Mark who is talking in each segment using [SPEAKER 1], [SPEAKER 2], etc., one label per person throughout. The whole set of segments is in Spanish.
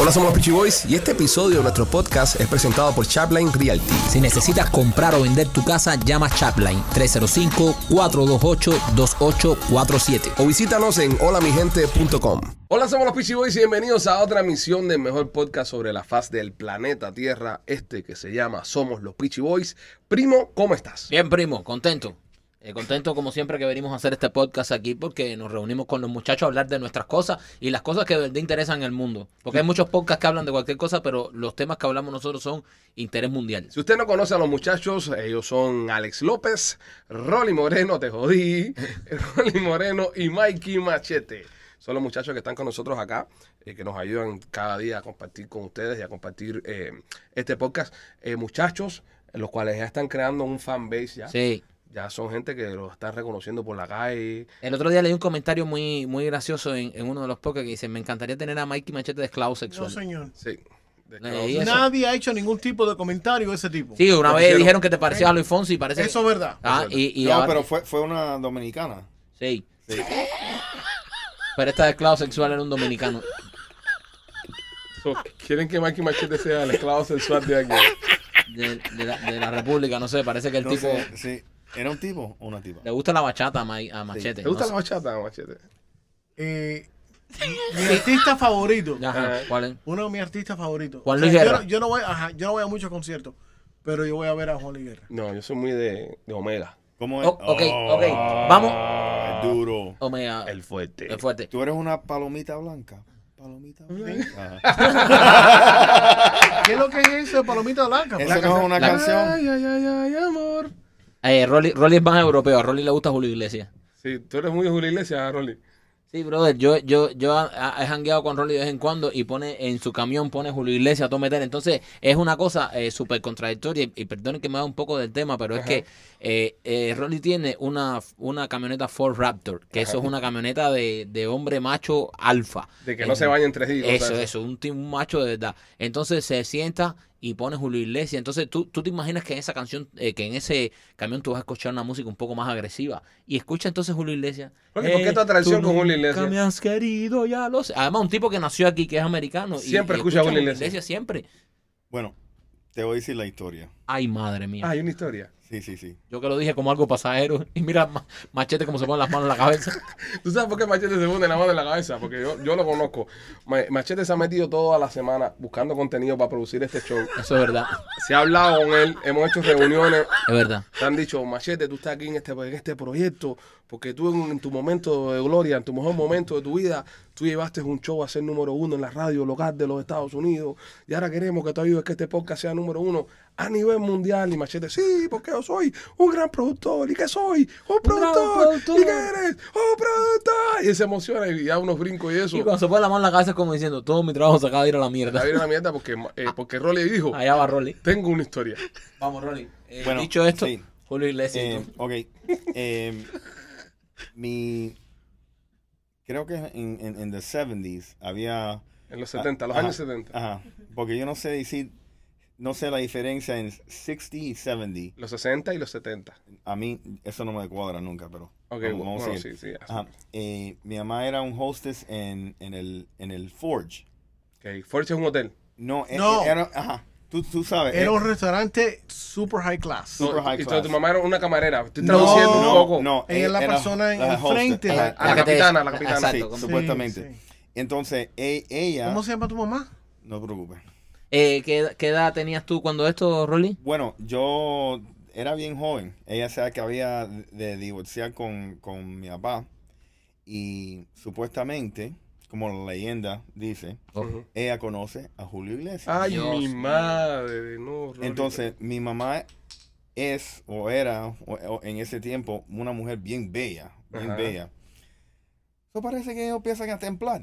[SPEAKER 1] Hola, somos los Peachy Boys y este episodio de nuestro podcast es presentado por Chapline Realty.
[SPEAKER 2] Si necesitas comprar o vender tu casa, llama Chapline 305-428-2847.
[SPEAKER 1] O visítanos en holamigente.com. Hola, somos los Peachy Boys y bienvenidos a otra emisión del mejor podcast sobre la faz del planeta Tierra, este que se llama Somos los Peachy Boys. Primo, ¿cómo estás?
[SPEAKER 3] Bien, primo, contento. Eh, contento como siempre que venimos a hacer este podcast aquí porque nos reunimos con los muchachos a hablar de nuestras cosas y las cosas que de verdad interesan al mundo. Porque hay muchos podcasts que hablan de cualquier cosa, pero los temas que hablamos nosotros son interés mundial.
[SPEAKER 1] Si usted no conoce a los muchachos, ellos son Alex López, Rolly Moreno, te jodí, Rolly Moreno y Mikey Machete. Son los muchachos que están con nosotros acá, eh, que nos ayudan cada día a compartir con ustedes y a compartir eh, este podcast. Eh, muchachos, los cuales ya están creando un fan base ya.
[SPEAKER 3] Sí.
[SPEAKER 1] Ya son gente que los están reconociendo por la calle.
[SPEAKER 3] El otro día leí un comentario muy, muy gracioso en, en uno de los podcasts que dice, me encantaría tener a Mikey Machete de esclavo
[SPEAKER 4] No,
[SPEAKER 3] sexual.
[SPEAKER 4] señor.
[SPEAKER 1] Sí. De
[SPEAKER 3] Leí eso.
[SPEAKER 4] Nadie ha hecho ningún tipo de comentario de ese tipo.
[SPEAKER 3] sí, una
[SPEAKER 1] Lo
[SPEAKER 3] vez
[SPEAKER 1] hicieron.
[SPEAKER 3] dijeron que te parecía a Luis Fonsi y parece...
[SPEAKER 4] Eso es verdad.
[SPEAKER 3] Ah, y, y
[SPEAKER 5] no,
[SPEAKER 3] ahora-
[SPEAKER 5] pero fue, fue una dominicana.
[SPEAKER 3] Sí. Pero esta de esclavo sexual era un dominicano.
[SPEAKER 1] So, Quieren que Mikey Machete sea el esclavo sexual de alguien.
[SPEAKER 3] De, de la, de la República, no sé, parece que el
[SPEAKER 5] No
[SPEAKER 3] tipo...
[SPEAKER 5] sé, sí. ¿Era un tipo o una tipa?
[SPEAKER 3] Le gusta la bachata a, Ma- a Machete.
[SPEAKER 1] ¿Te gusta
[SPEAKER 3] no
[SPEAKER 1] la bachata, Machete?
[SPEAKER 4] Eh, mi artista favorito.
[SPEAKER 3] sé.
[SPEAKER 1] Eh.
[SPEAKER 3] Ajá, ¿cuál es?
[SPEAKER 4] Uno de mis artistas favoritos.
[SPEAKER 3] Juan Luis
[SPEAKER 4] yo,
[SPEAKER 3] Guerra.
[SPEAKER 4] no, yo no voy, ajá, yo no voy a muchos conciertos, pero yo voy a ver a Juan Luis Guerra.
[SPEAKER 1] No, yo soy muy de, de Omega.
[SPEAKER 5] ¿Cómo es?
[SPEAKER 3] Oh, ok,
[SPEAKER 5] Oh,
[SPEAKER 3] ok. Oh. Vamos.
[SPEAKER 5] es duro.
[SPEAKER 3] Omega.
[SPEAKER 1] El fuerte.
[SPEAKER 3] el fuerte.
[SPEAKER 5] Tú eres una palomita blanca. Palomita blanca. Ajá.
[SPEAKER 4] ¿Qué es lo que es eso de Palomita Blanca?
[SPEAKER 5] Esa no es una
[SPEAKER 3] la-
[SPEAKER 5] canción.
[SPEAKER 1] Ay, ay, ay, ay, amor.
[SPEAKER 3] Eh, Rolly, Rolly es más europeo. A Rolly le gusta Julio Iglesias.
[SPEAKER 1] Sí, tú eres muy Julio Iglesias, Rolly.
[SPEAKER 3] Sí, brother. Yo, yo, yo ha- ha- he jangueado con Rolly de vez en cuando y pone en su camión, pone Julio Iglesias a todo meter. Entonces, es una cosa eh, súper contradictoria. Y, y perdonen que me haga un poco del tema, pero es que eh, eh, Rolly tiene una, una camioneta Ford Raptor, que eso es una camioneta de, de hombre macho alfa.
[SPEAKER 1] De que no se baña en tres días.
[SPEAKER 3] Eso,
[SPEAKER 1] ¿sabes?
[SPEAKER 3] eso, un, ti- un macho de verdad. Entonces se sienta y pone Julio Iglesias. Entonces tú, tú te imaginas que en esa canción, eh, que en ese camión tú vas a escuchar una música un poco más agresiva. Y escucha entonces Julio Iglesias.
[SPEAKER 1] Porque, ¿por qué tu atracción
[SPEAKER 3] tú
[SPEAKER 1] con Julio
[SPEAKER 3] nunca
[SPEAKER 1] Iglesias?
[SPEAKER 3] me has querido, ya lo sé. Además, un tipo que nació aquí, que es americano. y-
[SPEAKER 1] Siempre
[SPEAKER 3] y
[SPEAKER 1] escucha a Julio Iglesias.
[SPEAKER 3] Siempre.
[SPEAKER 5] Bueno, te voy a decir la historia.
[SPEAKER 3] Ay, madre mía.
[SPEAKER 1] Ah, hay una historia.
[SPEAKER 5] Sí, sí, sí.
[SPEAKER 3] Yo que lo dije como algo pasajero. Y mira, ma- machete como se pone las manos en la cabeza.
[SPEAKER 1] ¿Tú sabes por qué Machete se pone la mano en la cabeza? Porque yo, yo lo conozco. Ma- Machete se ha metido toda la semana buscando contenido para producir este show.
[SPEAKER 3] Eso es verdad.
[SPEAKER 1] Se ha hablado con él, hemos hecho reuniones.
[SPEAKER 3] Es verdad.
[SPEAKER 1] Te han dicho, Machete, tú estás aquí en este, en este proyecto porque tú en, en tu momento de gloria, en tu mejor momento de tu vida, tú llevaste un show a ser número uno en la radio local de los Estados Unidos y ahora queremos que tú ayudes que este podcast sea número uno a nivel mundial. Y Machete, sí, porque yo soy un gran productor. ¿Y qué soy? ¡Un productor!
[SPEAKER 3] productor.
[SPEAKER 1] ¿Y qué eres? ¡Un productor! Y se emociona y da unos brincos y eso.
[SPEAKER 3] Y cuando se pone la mano en la cabeza es como diciendo, todo mi trabajo se acaba de ir a la mierda.
[SPEAKER 1] Ahí era una mierda porque, eh, porque Rolly dijo,
[SPEAKER 3] Allá va Rolly.
[SPEAKER 1] tengo una historia.
[SPEAKER 3] Vamos, Rolly. Eh,
[SPEAKER 5] Bueno,
[SPEAKER 3] dicho esto,
[SPEAKER 5] sí.
[SPEAKER 3] Julio Iglesias.
[SPEAKER 5] Eh,
[SPEAKER 3] tú.
[SPEAKER 5] ok. Eh, mi. Creo que en, en, en the 70s había. ah,
[SPEAKER 1] En los 70, los
[SPEAKER 5] Ajá,
[SPEAKER 1] años 70.
[SPEAKER 5] Ajá. Porque yo no sé decir. No sé la diferencia en 60 y 70.
[SPEAKER 1] Los 60 y los 70.
[SPEAKER 5] A mí, eso no me cuadra nunca, pero.
[SPEAKER 1] Ok,
[SPEAKER 5] vamos-
[SPEAKER 1] bueno,
[SPEAKER 5] vamos a seguir.
[SPEAKER 1] sí, sí.
[SPEAKER 5] Ajá. Eh, mi mamá era un hostess en, en, el, en el Forge.
[SPEAKER 1] Ok, Forge es un hotel.
[SPEAKER 5] No, e-
[SPEAKER 4] No.
[SPEAKER 5] era. Ajá. Tú, tú sabes.
[SPEAKER 4] Era
[SPEAKER 5] eh,
[SPEAKER 4] un restaurante super high class.
[SPEAKER 5] Super high
[SPEAKER 1] y tu,
[SPEAKER 5] class.
[SPEAKER 1] tu mamá era una camarera. Estoy
[SPEAKER 4] No,
[SPEAKER 1] traduciendo un
[SPEAKER 4] no,
[SPEAKER 1] poco.
[SPEAKER 5] no,
[SPEAKER 4] Ella es la persona en el
[SPEAKER 5] hostess,
[SPEAKER 4] frente.
[SPEAKER 1] a
[SPEAKER 5] ajá,
[SPEAKER 1] la
[SPEAKER 3] que te-
[SPEAKER 1] capitana, a la capitana.
[SPEAKER 3] Exacto.
[SPEAKER 5] sí,
[SPEAKER 3] como-
[SPEAKER 4] Sí,
[SPEAKER 5] supuestamente.
[SPEAKER 4] sí.
[SPEAKER 5] Entonces, e- ella.
[SPEAKER 4] ¿Cómo se llama tu mamá?
[SPEAKER 5] No te preocupes.
[SPEAKER 3] Eh, ¿qué, qué edad tenías tú cuando esto, Rolly?
[SPEAKER 5] Bueno, yo era bien joven. Ella se acababa de divorciar con, con mi papá. Y supuestamente, como la leyenda dice,
[SPEAKER 1] Ujú.
[SPEAKER 5] ella conoce a Julio Iglesias.
[SPEAKER 1] Ay,
[SPEAKER 3] Dios
[SPEAKER 1] mi
[SPEAKER 3] mío.
[SPEAKER 1] madre. No, Rolly.
[SPEAKER 5] Entonces, mi mamá es o era o- o en ese tiempo una mujer bien bella, bien
[SPEAKER 1] Ajá.
[SPEAKER 5] bella. Eso parece que ellos empiezan a templar.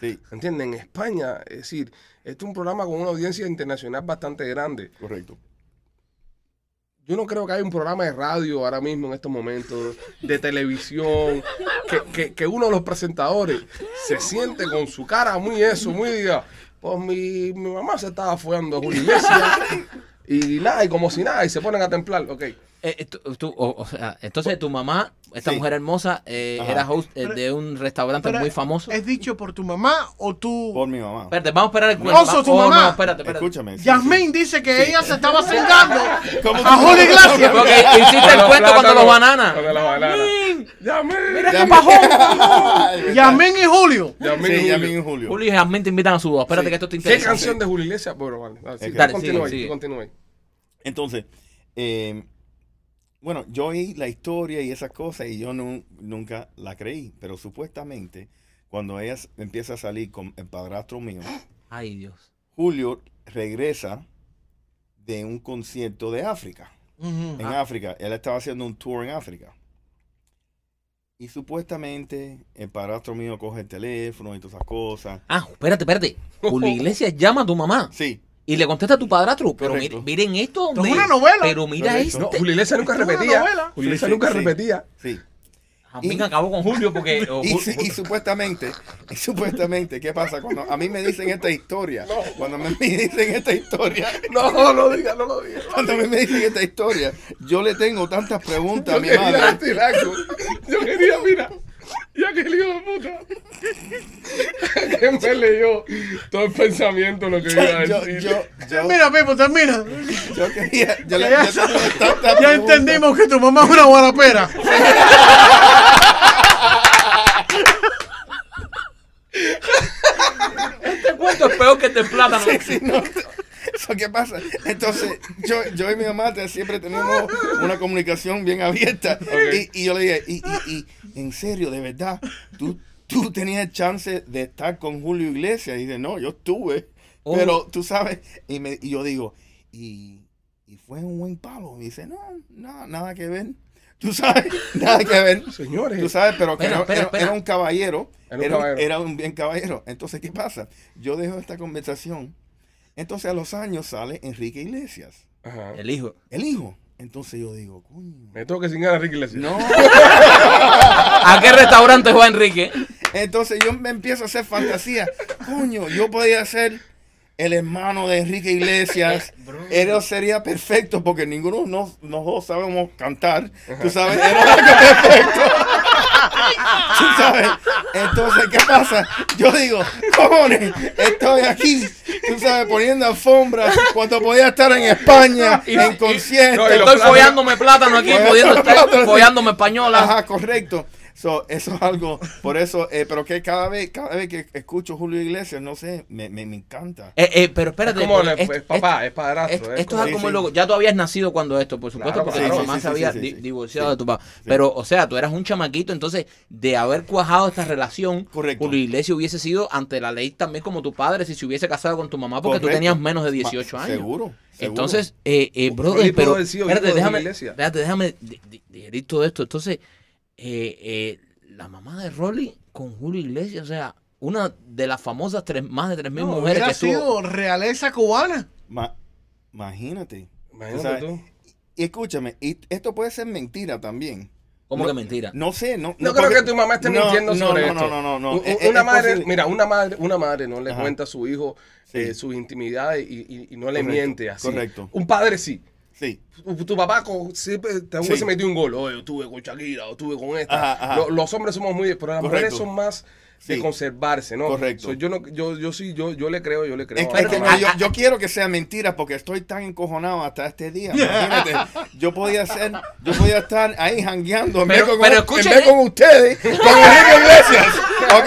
[SPEAKER 5] Sí,
[SPEAKER 1] ¿Entienden? En España, es decir, Este es un programa con una audiencia internacional bastante grande.
[SPEAKER 5] Correcto.
[SPEAKER 1] Yo no creo que haya un programa de radio ahora mismo en estos momentos, de televisión, que, que- que uno de los presentadores se siente con su cara muy eso, muy diga, pues mi, mi mamá se estaba follando a Julio Iglesias y nada, y como si nada, y se ponen a templar, ok.
[SPEAKER 3] Eh, eh, tú- tú- o- o sea, entonces tu mamá, esta
[SPEAKER 5] Sí.
[SPEAKER 3] mujer hermosa, eh,
[SPEAKER 5] Ajá.
[SPEAKER 3] era host eh,
[SPEAKER 4] Pero-
[SPEAKER 3] de un restaurante
[SPEAKER 4] Pero,
[SPEAKER 3] muy famoso.
[SPEAKER 4] ¿Es dicho por tu mamá o tú?
[SPEAKER 5] Por mi mamá.
[SPEAKER 3] Espérate, vamos a esperar el
[SPEAKER 4] Oso,
[SPEAKER 3] Va-
[SPEAKER 4] tu
[SPEAKER 3] oh,
[SPEAKER 4] mamá.
[SPEAKER 3] No, espérate, espérate.
[SPEAKER 5] Escúchame. sí,
[SPEAKER 4] Yasmín
[SPEAKER 5] sí.
[SPEAKER 4] dice que ella se estaba cingando
[SPEAKER 5] ¿Cómo
[SPEAKER 4] a
[SPEAKER 5] tú-
[SPEAKER 4] Julio Iglesias.
[SPEAKER 3] Porque hiciste el
[SPEAKER 1] Con los
[SPEAKER 3] cuento cuando
[SPEAKER 1] plátanos,
[SPEAKER 3] los bananas.
[SPEAKER 1] Cuando los bananas. Yamín.
[SPEAKER 5] Yasmín.
[SPEAKER 4] Yasmín y Julio.
[SPEAKER 1] Yamín
[SPEAKER 5] Sí,
[SPEAKER 1] Julio.
[SPEAKER 5] Yasmín y Julio.
[SPEAKER 3] Julio y Jasmine te invitan a su boda. Espérate que esto te
[SPEAKER 1] ¿Qué
[SPEAKER 3] interesa.
[SPEAKER 1] canción de Julio Iglesias? Bueno, vale. vale, sí,
[SPEAKER 5] Ok.
[SPEAKER 1] tú
[SPEAKER 3] Dale,
[SPEAKER 1] continúa
[SPEAKER 3] sigue,
[SPEAKER 1] ahí,
[SPEAKER 3] sigue.
[SPEAKER 1] tú continúa ahí.
[SPEAKER 5] Entonces, eh, bueno, yo oí la historia y esas cosas y yo nu- nunca la creí, pero supuestamente cuando ella s- empieza a salir con el padrastro mío,
[SPEAKER 3] Ay, Dios.
[SPEAKER 5] Julio regresa de un concierto de África.
[SPEAKER 4] Ujú.
[SPEAKER 5] En África, él estaba haciendo un tour en África. Y supuestamente el padrastro mío coge el teléfono y todas esas cosas.
[SPEAKER 3] Ah, espérate, espérate. Julio Iglesias llama a tu mamá
[SPEAKER 5] Sí,
[SPEAKER 3] y le contesta a tu padrastro. Pero
[SPEAKER 5] Correcto.
[SPEAKER 3] mi- miren esto.
[SPEAKER 4] Esto es
[SPEAKER 3] hombre.
[SPEAKER 4] una novela.
[SPEAKER 3] Pero mira
[SPEAKER 5] Correcto.
[SPEAKER 1] No,
[SPEAKER 3] este.
[SPEAKER 1] Julio Iglesias nunca
[SPEAKER 4] Esto es una
[SPEAKER 1] repetía.
[SPEAKER 4] novela.
[SPEAKER 1] Julio
[SPEAKER 5] Sí,
[SPEAKER 1] Iglesias
[SPEAKER 5] sí,
[SPEAKER 1] nunca
[SPEAKER 5] sí.
[SPEAKER 1] repetía.
[SPEAKER 5] sí.
[SPEAKER 3] Jasmine acabó con Julio porque. oh, o
[SPEAKER 5] Y,
[SPEAKER 3] Ju-
[SPEAKER 5] su- y supuestamente, y supuestamente, ¿qué pasa? Cuando a mí me dicen esta historia, cuando me me dicen esta historia,
[SPEAKER 1] No, no lo diga, no lo diga.
[SPEAKER 5] cuando a mí me dicen esta historia, yo le tengo tantas preguntas a
[SPEAKER 1] Yo
[SPEAKER 5] mi
[SPEAKER 1] quería
[SPEAKER 5] madre.
[SPEAKER 1] decir algo. Yo quería, mira. Ya que el hijo de puta. que me leyó todo el pensamiento lo que iba a
[SPEAKER 5] Yo,
[SPEAKER 1] decir.
[SPEAKER 5] yo, yo,
[SPEAKER 4] Termina, Pipo, termina.
[SPEAKER 5] yo quería, yo le
[SPEAKER 4] Ya-
[SPEAKER 5] yo tengo tantas
[SPEAKER 4] Ya
[SPEAKER 5] preguntas.
[SPEAKER 4] entendimos que tu mamá es una guarapera.
[SPEAKER 3] Este cuento es peor que este plátano.
[SPEAKER 5] Sí, no, eso, ¿Qué pasa? Entonces, yo, yo y mi mamá te- siempre tenemos una comunicación bien abierta. Y, y yo le dije, y, y, y, en serio, de verdad, tú, tú tenías chance de estar con Julio Iglesias. Y dice, no, yo estuve.
[SPEAKER 3] Oh.
[SPEAKER 5] Pero tú sabes, y, me, y yo digo, y, y fue un buen palo. Y dice, no, no, nada que ver. Tú sabes, nada que ver.
[SPEAKER 1] Señores.
[SPEAKER 5] Tú sabes, pero que
[SPEAKER 3] Espera,
[SPEAKER 5] era,
[SPEAKER 3] espera,
[SPEAKER 5] era-
[SPEAKER 3] espera.
[SPEAKER 5] era un caballero.
[SPEAKER 1] Era un
[SPEAKER 5] Era un,
[SPEAKER 1] caballero.
[SPEAKER 5] era un bien caballero. Entonces, ¿qué pasa? Yo dejo esta conversación. Entonces, a los años sale Enrique Iglesias,
[SPEAKER 1] Ajá.
[SPEAKER 3] El hijo.
[SPEAKER 5] el hijo. Entonces yo digo, coño.
[SPEAKER 1] Me tengo que cingar a Ricky Iglesias.
[SPEAKER 5] No.
[SPEAKER 3] ¿A qué restaurante va Enrique?
[SPEAKER 5] Entonces yo me empiezo a hacer fantasía. Coño, yo podía ser el hermano de Enrique Iglesias. Eso sería perfecto porque ninguno de nos, nos dos sabemos cantar. Tú sabes, era algo perfecto. Tú sabes. Entonces, ¿qué pasa? Yo digo, cojones, estoy aquí, tú sabes, poniendo alfombras cuando podía estar en España,
[SPEAKER 3] Y-
[SPEAKER 5] en
[SPEAKER 3] y-
[SPEAKER 5] conciertos.
[SPEAKER 1] no, y los
[SPEAKER 3] Estoy
[SPEAKER 1] plátanos.
[SPEAKER 3] follándome plátano aquí,
[SPEAKER 5] Follando
[SPEAKER 3] pudiendo estar
[SPEAKER 5] plátano, sí.
[SPEAKER 3] follándome española.
[SPEAKER 5] Ajá, correcto. So, eso es algo, por eso, eh, pero que cada vez, cada vez que escucho Julio Iglesias, no sé, me, me, me encanta.
[SPEAKER 3] Eh, eh, pero espérate.
[SPEAKER 1] Es como
[SPEAKER 3] porque
[SPEAKER 1] el- es papá, es padrastro,
[SPEAKER 3] esto-
[SPEAKER 1] es
[SPEAKER 3] esto
[SPEAKER 1] como-
[SPEAKER 3] es algo
[SPEAKER 5] Sí,
[SPEAKER 3] muy
[SPEAKER 5] sí.
[SPEAKER 3] loco. Ya tú habías nacido cuando esto, por supuesto,
[SPEAKER 1] Claro,
[SPEAKER 3] porque
[SPEAKER 1] sí,
[SPEAKER 3] tu
[SPEAKER 1] sí,
[SPEAKER 3] mamá
[SPEAKER 5] sí,
[SPEAKER 3] se
[SPEAKER 5] sí,
[SPEAKER 3] había
[SPEAKER 5] sí,
[SPEAKER 3] di-
[SPEAKER 5] sí.
[SPEAKER 3] divorciado
[SPEAKER 5] Sí.
[SPEAKER 3] de tu papá. Pero, o sea, tú eras un chamaquito, entonces, de haber cuajado esta relación,
[SPEAKER 5] Correcto.
[SPEAKER 3] Julio Iglesias hubiese sido ante la ley también como tu padre si se hubiese casado con tu mamá, porque tú
[SPEAKER 5] Correcto.
[SPEAKER 3] tenías menos de 18
[SPEAKER 5] Ma-
[SPEAKER 3] años.
[SPEAKER 5] Seguro. seguro.
[SPEAKER 3] Entonces, eh, eh,
[SPEAKER 1] Ojalá
[SPEAKER 3] brother,
[SPEAKER 1] y pudo
[SPEAKER 3] pero
[SPEAKER 1] haber sido
[SPEAKER 3] espérate,
[SPEAKER 1] hijo de
[SPEAKER 3] déjame,
[SPEAKER 1] Julio Iglesias.
[SPEAKER 3] espérate, déjame di- di- digerir todo esto. Entonces, eh, eh, la mamá de Rolly con Julio Iglesias, o sea, una de las famosas tres, más de 3.000 mil
[SPEAKER 4] No,
[SPEAKER 3] mujeres
[SPEAKER 4] hubiera
[SPEAKER 3] que estuvo.
[SPEAKER 4] sido realeza cubana.
[SPEAKER 5] Ma- imagínate.
[SPEAKER 1] Imagínate
[SPEAKER 5] O sea,
[SPEAKER 1] tú.
[SPEAKER 5] Y escúchame, y esto puede ser mentira también.
[SPEAKER 3] ¿Cómo
[SPEAKER 5] No-
[SPEAKER 3] que mentira?
[SPEAKER 5] No sé, no.
[SPEAKER 1] No, creo
[SPEAKER 5] porque-
[SPEAKER 1] que tu mamá esté
[SPEAKER 5] no,
[SPEAKER 1] mintiendo
[SPEAKER 5] no,
[SPEAKER 1] sobre
[SPEAKER 5] no,
[SPEAKER 1] esto.
[SPEAKER 5] No, no, no, no.
[SPEAKER 1] U- u-
[SPEAKER 5] Es- es-
[SPEAKER 1] Una
[SPEAKER 5] es
[SPEAKER 1] madre,
[SPEAKER 5] posible.
[SPEAKER 1] mira, una madre, una madre no le
[SPEAKER 5] Ajá.
[SPEAKER 1] cuenta a su hijo
[SPEAKER 5] Sí.
[SPEAKER 1] eh, sus intimidades y, y- y no le
[SPEAKER 5] Correcto,
[SPEAKER 1] miente así.
[SPEAKER 5] correcto.
[SPEAKER 1] Un padre sí.
[SPEAKER 5] Sí.
[SPEAKER 1] Tu, tu papá con- siempre te hubiese
[SPEAKER 5] Sí.
[SPEAKER 1] metido un gol. Oye, yo estuve con Shakira, o estuve con esta.
[SPEAKER 5] Ajá, ajá.
[SPEAKER 1] Lo- los hombres somos muy. Pero las mujeres
[SPEAKER 5] Correcto.
[SPEAKER 1] son más de
[SPEAKER 5] Sí.
[SPEAKER 1] conservarse, ¿no?
[SPEAKER 5] Correcto.
[SPEAKER 1] So, yo, no- yo, yo sí, yo, yo le creo, yo le creo.
[SPEAKER 5] Es-
[SPEAKER 1] a
[SPEAKER 5] es
[SPEAKER 1] la
[SPEAKER 5] que no,
[SPEAKER 1] mamá.
[SPEAKER 5] yo,
[SPEAKER 3] Ah,
[SPEAKER 5] yo quiero que sea mentira porque estoy tan encojonado hasta este día. Imagínate, yo podía ser, yo podía estar ahí jangueando en vez
[SPEAKER 3] Pero-
[SPEAKER 5] con,
[SPEAKER 3] pero
[SPEAKER 5] en
[SPEAKER 3] escuchen, eh.
[SPEAKER 5] vez con ustedes, con Enrique Iglesias, ¿ok?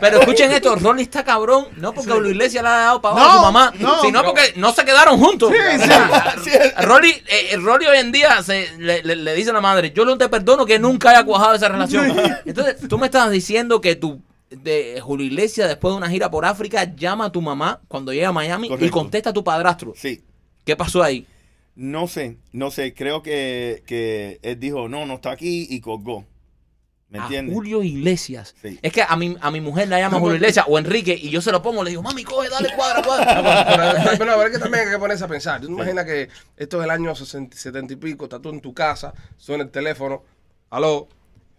[SPEAKER 3] Pero escuchen esto, Rolly está cabrón, no porque Julio Iglesias le ha dado para
[SPEAKER 4] No,
[SPEAKER 3] a su mamá,
[SPEAKER 4] no.
[SPEAKER 3] sino porque no se quedaron juntos.
[SPEAKER 5] Así es.
[SPEAKER 3] Rolly, eh, Rolly hoy en día se- le, le- le dice a la madre, yo no te perdono que nunca haya cuajado esa relación. Entonces, tú me estás diciendo que tu de Julio Iglesias, después de una gira por África, llama a tu mamá cuando llega a Miami y
[SPEAKER 5] Correcto.
[SPEAKER 3] contesta a tu padrastro.
[SPEAKER 5] Sí,
[SPEAKER 3] ¿Qué pasó ahí?
[SPEAKER 5] no sé, no sé, creo que, que él dijo, no, no está aquí y colgó. ¿Me
[SPEAKER 3] a
[SPEAKER 5] entiendes?
[SPEAKER 3] Julio Iglesias.
[SPEAKER 5] Sí.
[SPEAKER 3] Es que a mi, a mi mujer la llama Julio Iglesias o Enrique y yo se lo pongo, le digo, mami, coge, dale, cuadra, cuadra.
[SPEAKER 1] Pero, pero la verdad es que también hay que ponerse a pensar. Tú te imaginas que esto es el año 60, 70 y pico, estás tú en tu casa, suena el teléfono, aló.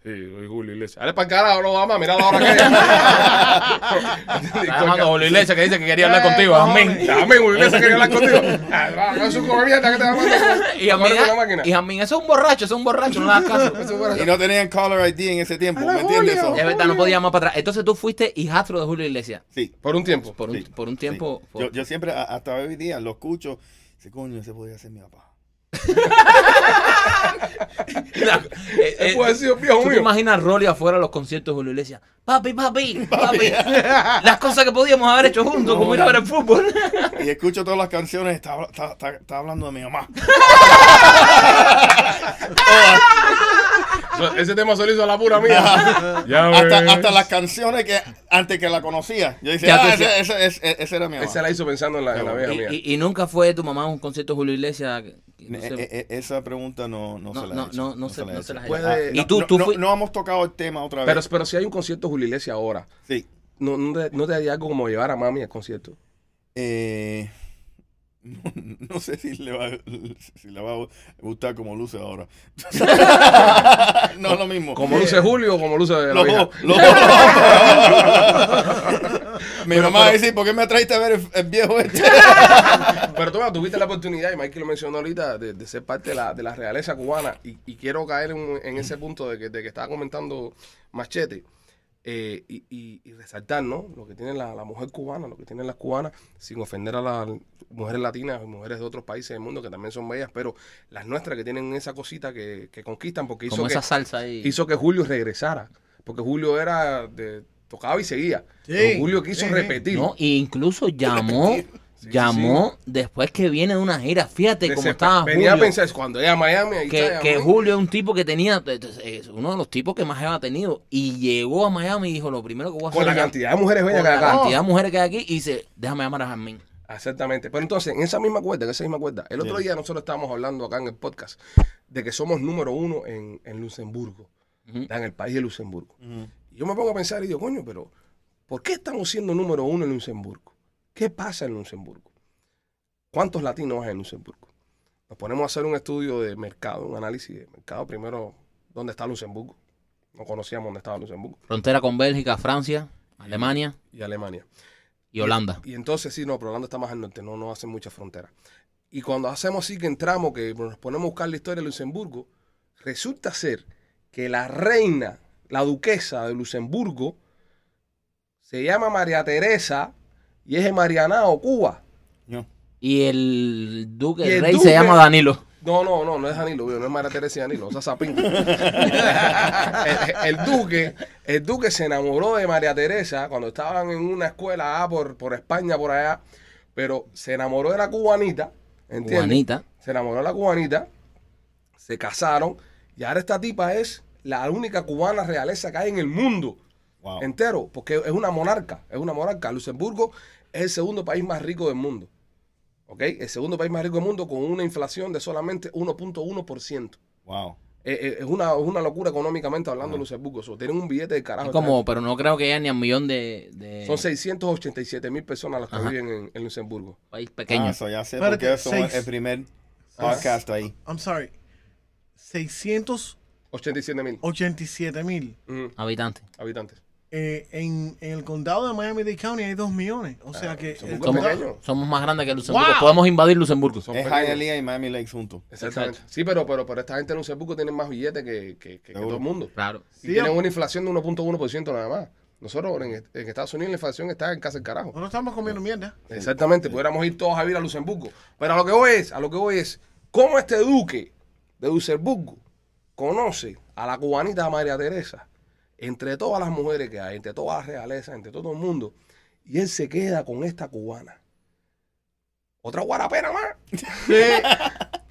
[SPEAKER 1] Sí, soy Julio Iglesias. Dale para el carajo, no, mamá, mira la hora que es.
[SPEAKER 3] Está llamando a Julio Iglesias que dice que quería hablar
[SPEAKER 4] Eh,
[SPEAKER 3] contigo, amén.
[SPEAKER 4] cojones.
[SPEAKER 1] Dame, Julio Iglesias, quería hablar contigo. Ah, va, no es un come mierda que te va a mandar.
[SPEAKER 3] Y
[SPEAKER 1] Corre con la
[SPEAKER 3] Jamín,
[SPEAKER 1] máquina.
[SPEAKER 3] y Jamín, eso es un borracho, eso es un borracho, no le hagas caso.
[SPEAKER 1] Eso fuera-
[SPEAKER 5] Y no tenían caller ID en ese tiempo, ¿me entiendes?
[SPEAKER 1] Julio.
[SPEAKER 5] So,
[SPEAKER 3] Es verdad, no podía más para atrás. Entonces tú fuiste hijastro de Julio Iglesias.
[SPEAKER 5] sí.
[SPEAKER 1] Por un tiempo.
[SPEAKER 3] Por un,
[SPEAKER 5] Sí,
[SPEAKER 3] por un tiempo.
[SPEAKER 5] sí.
[SPEAKER 3] por-
[SPEAKER 5] Yo, yo siempre, a- hasta hoy día, lo escucho. Dice, coño, ese podría ser mi papá.
[SPEAKER 3] La- eh, eh,
[SPEAKER 1] Él puede haber sido viejo
[SPEAKER 3] ¿Tú te
[SPEAKER 1] mío.
[SPEAKER 3] imaginas Rolly afuera de los conciertos de Julio Iglesias? Papi, papi, papi. Las cosas que podíamos haber hecho juntos, como ir a ver el fútbol.
[SPEAKER 5] Y escucho todas las canciones, está, está- está- está hablando de mi mamá.
[SPEAKER 1] Eso- Ese tema se lo hizo a la pura
[SPEAKER 3] Ah,
[SPEAKER 1] mía. ya
[SPEAKER 5] Hasta,
[SPEAKER 1] ves.
[SPEAKER 5] hasta las canciones que antes que la conocía. Yo
[SPEAKER 3] ¿Qué
[SPEAKER 5] decía, ah,
[SPEAKER 3] haces?
[SPEAKER 5] ese, ese- ese- ese era mi mamá.
[SPEAKER 1] Esa la hizo pensando en la, en la vieja mía.
[SPEAKER 3] Y, y- y nunca fue tu mamá a un concierto de Julio Iglesias. que- que no
[SPEAKER 5] Eh,
[SPEAKER 3] sé.
[SPEAKER 5] eh, eh, esa pregunta no, no,
[SPEAKER 3] No,
[SPEAKER 5] se la
[SPEAKER 3] no,
[SPEAKER 5] he hecho.
[SPEAKER 3] no, no se- no
[SPEAKER 5] he
[SPEAKER 3] se
[SPEAKER 5] hecho.
[SPEAKER 3] la he
[SPEAKER 1] hecho.
[SPEAKER 5] Ah,
[SPEAKER 1] Puede-
[SPEAKER 5] no,
[SPEAKER 3] Y tú-
[SPEAKER 5] no-
[SPEAKER 3] tú
[SPEAKER 5] no-
[SPEAKER 3] fui-
[SPEAKER 5] no hemos tocado el tema otra
[SPEAKER 1] Pero,
[SPEAKER 5] vez.
[SPEAKER 1] pero si hay un concierto Julio Iglesias ahora,
[SPEAKER 5] sí.
[SPEAKER 1] ¿no, no, te, ¿no te haría algo como llevar a mami al concierto?
[SPEAKER 5] Eh, no, no sé si le, va, si le va a gustar como luce ahora. no es lo mismo.
[SPEAKER 1] ¿Como luce Julio o como luce la
[SPEAKER 5] Los
[SPEAKER 1] vieja?
[SPEAKER 5] dos, los dos. Mi mamá va a decir, ¿por qué me atraíste a ver el, el viejo este?
[SPEAKER 1] Pero tú bueno, tuviste la oportunidad, y Mike lo mencionó ahorita, de, de ser parte de la, de la realeza cubana. Y, y quiero caer en, en ese punto de que, de que estaba comentando Machete. eh, y, y- y resaltar, ¿no? Lo que tiene la, la mujer cubana, lo que tienen las cubanas, sin ofender a las mujeres latinas y mujeres de otros países del mundo que también son bellas, pero las nuestras que tienen esa cosita que, que conquistan porque hizo
[SPEAKER 3] como
[SPEAKER 1] que,
[SPEAKER 3] esa salsa ahí.
[SPEAKER 1] hizo que Julio regresara. Porque Julio era de, tocaba y seguía.
[SPEAKER 4] Sí,
[SPEAKER 1] Pero Julio quiso
[SPEAKER 4] sí, sí.
[SPEAKER 1] repetir.
[SPEAKER 3] No, e incluso llamó, llamó después que viene de una gira. Fíjate cómo
[SPEAKER 1] Desesper-
[SPEAKER 3] estaba
[SPEAKER 1] Venía
[SPEAKER 3] Julio.
[SPEAKER 1] a pensar, cuando era a Miami, ahí
[SPEAKER 3] que,
[SPEAKER 1] está,
[SPEAKER 3] que
[SPEAKER 1] Miami.
[SPEAKER 3] Julio es un tipo que tenía, es uno de los tipos que más había tenido. Y llegó a Miami y dijo, lo primero que voy a hacer
[SPEAKER 1] Con la
[SPEAKER 3] es llam-
[SPEAKER 1] cantidad de mujeres
[SPEAKER 3] con
[SPEAKER 1] bellas que hay
[SPEAKER 3] la
[SPEAKER 1] acá.
[SPEAKER 3] cantidad de mujeres que hay aquí, y dice, déjame llamar a Jasmine.
[SPEAKER 1] Exactamente. Pero entonces, en esa misma cuerda, en esa misma cuerda, el otro día nosotros estábamos hablando acá en el podcast de que somos número uno en, en Luxemburgo,
[SPEAKER 3] Ujú.
[SPEAKER 1] en el país de Luxemburgo. Y yo me pongo a pensar y digo, coño, pero ¿por qué estamos siendo número uno en Luxemburgo? ¿Qué pasa en Luxemburgo? ¿Cuántos latinos hay en Luxemburgo? Nos ponemos a hacer un estudio de mercado, un análisis de mercado. Primero, ¿dónde está Luxemburgo? No conocíamos dónde estaba Luxemburgo.
[SPEAKER 3] Frontera con Bélgica, Francia, Alemania
[SPEAKER 1] Y Alemania.
[SPEAKER 3] y Holanda.
[SPEAKER 1] Y entonces sí, no, pero Holanda está más al norte, no, no hacen mucha frontera. Y cuando hacemos así que entramos, que nos ponemos a buscar la historia de Luxemburgo, resulta ser que la reina, la duquesa de Luxemburgo, se llama María Teresa y es de Marianao, Cuba.
[SPEAKER 5] No.
[SPEAKER 3] Y el duque,
[SPEAKER 1] Y
[SPEAKER 3] el
[SPEAKER 1] el
[SPEAKER 3] rey, se
[SPEAKER 1] duque-
[SPEAKER 3] llama Danilo.
[SPEAKER 1] No, no, no, no es Danilo, no es María Teresa y Danilo, o sea, Sapín. el, el duque, el duque se enamoró de María Teresa cuando estaban en una escuela ah, por, por España, por allá, pero se enamoró de la cubanita, ¿entiendes?
[SPEAKER 3] Juanita.
[SPEAKER 1] Se enamoró de la cubanita, se casaron, y ahora esta tipa es la única cubana realeza que hay en el mundo
[SPEAKER 5] Wow.
[SPEAKER 1] entero, porque es una monarca, es una monarca. Luxemburgo es el segundo país más rico del mundo. ¿Ok? El segundo país más rico del mundo con una inflación de solamente 1.1%.
[SPEAKER 5] Wow.
[SPEAKER 1] Eh, eh, es, una, es una locura económicamente hablando Luxemburgo. So, tienen un billete de carajo.
[SPEAKER 3] Es como, pero no creo que haya ni a un millón de, de-
[SPEAKER 1] Ah, Son 687 mil personas las que
[SPEAKER 3] Ajá.
[SPEAKER 1] viven en, en Luxemburgo.
[SPEAKER 3] país
[SPEAKER 5] Ah,
[SPEAKER 3] pequeños.
[SPEAKER 5] so ya sé
[SPEAKER 4] Espérate,
[SPEAKER 5] porque eso es
[SPEAKER 4] seis. Ah.
[SPEAKER 5] el primer podcast ahí.
[SPEAKER 4] I'm sorry. 687
[SPEAKER 1] 87 mil
[SPEAKER 4] mil.
[SPEAKER 1] ujú,
[SPEAKER 3] habitantes.
[SPEAKER 1] habitantes.
[SPEAKER 4] Eh, en, en el condado de Miami-Dade County hay 2 millones. O
[SPEAKER 5] Ah,
[SPEAKER 4] sea que.
[SPEAKER 1] son
[SPEAKER 4] el
[SPEAKER 1] muy
[SPEAKER 3] Somos,
[SPEAKER 1] pequeño.
[SPEAKER 3] somos más grandes que Luxemburgo.
[SPEAKER 4] ¡Wow!
[SPEAKER 3] Podemos invadir Luxemburgo.
[SPEAKER 1] Son
[SPEAKER 5] Es
[SPEAKER 1] pequeños.
[SPEAKER 5] Hialeah y Miami Lakes juntos.
[SPEAKER 1] Exactamente. Sí, pero, pero, pero esta gente en Luxemburgo tiene más billetes que, que- que- que
[SPEAKER 5] Seguro.
[SPEAKER 1] todo el mundo.
[SPEAKER 3] Claro.
[SPEAKER 1] Y
[SPEAKER 4] Sí,
[SPEAKER 1] tienen una inflación de 1.1% nada más. Nosotros en, en Estados Unidos la inflación está en casa del carajo.
[SPEAKER 4] No estamos comiendo mierda.
[SPEAKER 1] Exactamente, pudiéramos ir todos a vivir a Luxemburgo. Pero a lo que voy es, a lo que voy es, ¿cómo este duque de Luxemburgo conoce a la cubanita María Teresa? Entre todas las mujeres que hay, entre todas las realezas, entre todo el mundo. Y él se queda con esta cubana. Otra guarapena más.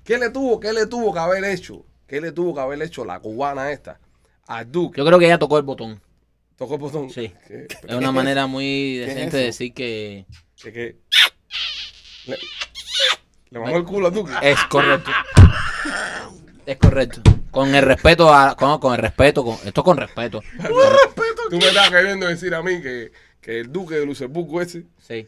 [SPEAKER 1] ¿Qué le tuvo? ¿Qué le tuvo que haber hecho? ¿Qué le tuvo que haber hecho la cubana esta? Al duque.
[SPEAKER 3] Yo creo que ella tocó el botón.
[SPEAKER 1] Tocó el botón.
[SPEAKER 3] Sí.
[SPEAKER 1] Que-
[SPEAKER 3] Es una manera muy
[SPEAKER 5] es
[SPEAKER 3] decente
[SPEAKER 5] eso?
[SPEAKER 3] de decir que
[SPEAKER 1] que- que- le, le mamó el culo al duque.
[SPEAKER 3] es correcto. Es correcto. Con el respeto, a, con, con el respeto, con, esto con respeto.
[SPEAKER 1] Tú me estás queriendo decir a mí que, que el duque de Luxemburgo ese
[SPEAKER 3] Sí.